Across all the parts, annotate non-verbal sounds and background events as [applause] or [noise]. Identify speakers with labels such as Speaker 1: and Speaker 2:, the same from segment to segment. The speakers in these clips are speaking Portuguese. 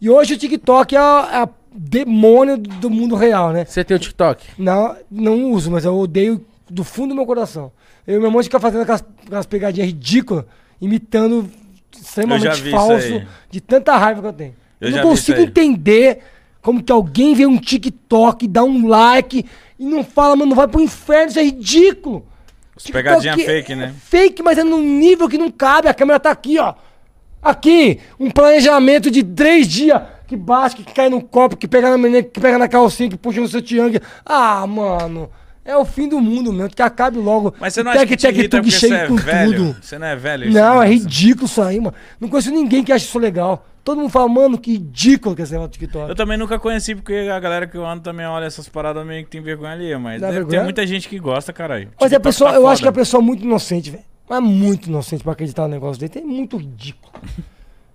Speaker 1: E hoje o TikTok é a, a demônio do mundo real, né?
Speaker 2: Você tem o TikTok?
Speaker 1: Não, não uso, mas eu odeio do fundo do meu coração. Eu e meu irmão fica fazendo aquelas, aquelas pegadinhas ridículas, imitando
Speaker 3: Eu já
Speaker 1: extremamente
Speaker 3: vi isso
Speaker 1: falso,
Speaker 3: aí.
Speaker 1: de tanta raiva que eu tenho.
Speaker 3: Eu
Speaker 1: Eu,
Speaker 3: já
Speaker 1: não
Speaker 3: vi
Speaker 1: consigo
Speaker 3: isso aí.
Speaker 1: entender como que alguém vê um TikTok, dá um like e não fala, mano, vai pro inferno, isso é ridículo. TikTok
Speaker 3: pegadinha
Speaker 1: é-
Speaker 3: fake, né?
Speaker 1: é fake, mas é num nível que não cabe. A câmera tá aqui, ó. Aqui, um planejamento de três dias que bate, que cai no copo, que pega na menina, que pega na calcinha, que puxa no seu tiangue. Ah, mano. É o fim do mundo mesmo, que acabe logo.
Speaker 3: Mas você não
Speaker 1: E
Speaker 3: acha que te
Speaker 1: tec-tec-tec
Speaker 3: irrita
Speaker 1: tudo
Speaker 3: porque você
Speaker 1: cheio
Speaker 3: é
Speaker 1: com
Speaker 3: velho?
Speaker 1: tudo.
Speaker 3: Você não é velho? isso
Speaker 1: Não, é
Speaker 3: mesmo.
Speaker 1: ridículo isso aí, mano. Não conheço ninguém que acha isso legal. Todo mundo fala, mano, que ridículo que é esse negócio do TikTok.
Speaker 3: Eu também nunca conheci, porque a galera que eu ando também olha essas paradas meio que tem vergonha ali, mas
Speaker 1: Dá
Speaker 3: deve-
Speaker 1: vergonha?
Speaker 3: tem muita gente que gosta, caralho.
Speaker 1: Mas a
Speaker 3: TikTok
Speaker 1: pessoa,
Speaker 3: tá
Speaker 1: eu acho que a
Speaker 3: foda.
Speaker 1: pessoa é muito inocente, velho. Mas é muito inocente pra acreditar no negócio dele. É muito
Speaker 3: [laughs]
Speaker 1: ridículo.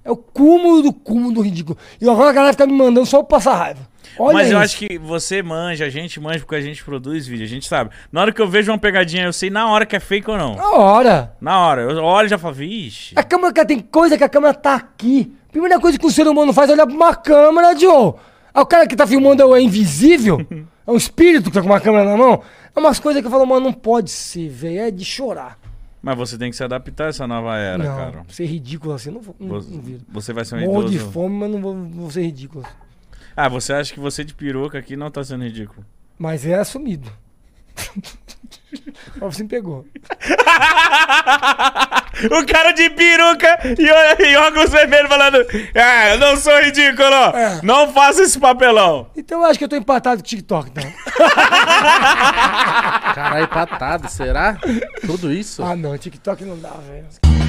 Speaker 1: É o cúmulo do cúmulo do ridículo. E agora a galera fica me mandando só pra passar raiva. Olha
Speaker 3: Mas eu
Speaker 1: isso.
Speaker 3: acho que você manja, a gente manja, porque a gente produz vídeo, a gente sabe. Na hora que eu vejo uma pegadinha, eu sei na hora que é fake ou não.
Speaker 1: Na hora.
Speaker 3: Na hora, eu olho e já falo, vixe.
Speaker 1: A câmera, cara, tem coisa que a câmera tá aqui. Primeira coisa que um ser humano faz é olhar pra uma câmera, Joe. Aí o cara que tá filmando é invisível. É um espírito que tá com uma câmera na mão. É umas coisas que eu falo, mano, não pode ser, velho. É de chorar.
Speaker 3: Mas você tem que se adaptar a essa nova era,
Speaker 1: não,
Speaker 3: cara.
Speaker 1: ser ridículo assim, não, vou- não,
Speaker 3: Você,
Speaker 1: não viro.
Speaker 3: você vai ser um
Speaker 1: Morro de
Speaker 3: idoso.
Speaker 1: fome, mas não vou, vou ser ridículo. assim.
Speaker 3: Ah, você acha que você de peruca aqui não tá sendo ridículo.
Speaker 1: Mas é assumido. [laughs] Ó, você me pegou.
Speaker 3: o cara de peruca e, ó- e óculos vermelhos falando, ah, eu não sou ridículo,
Speaker 1: É.
Speaker 3: não faça esse papelão.
Speaker 1: Então eu acho que eu tô empatado com o TikTok, então.
Speaker 3: [laughs]
Speaker 2: Caralho, patado, será? Tudo isso?
Speaker 1: Ah, não, TikTok não dá, velho.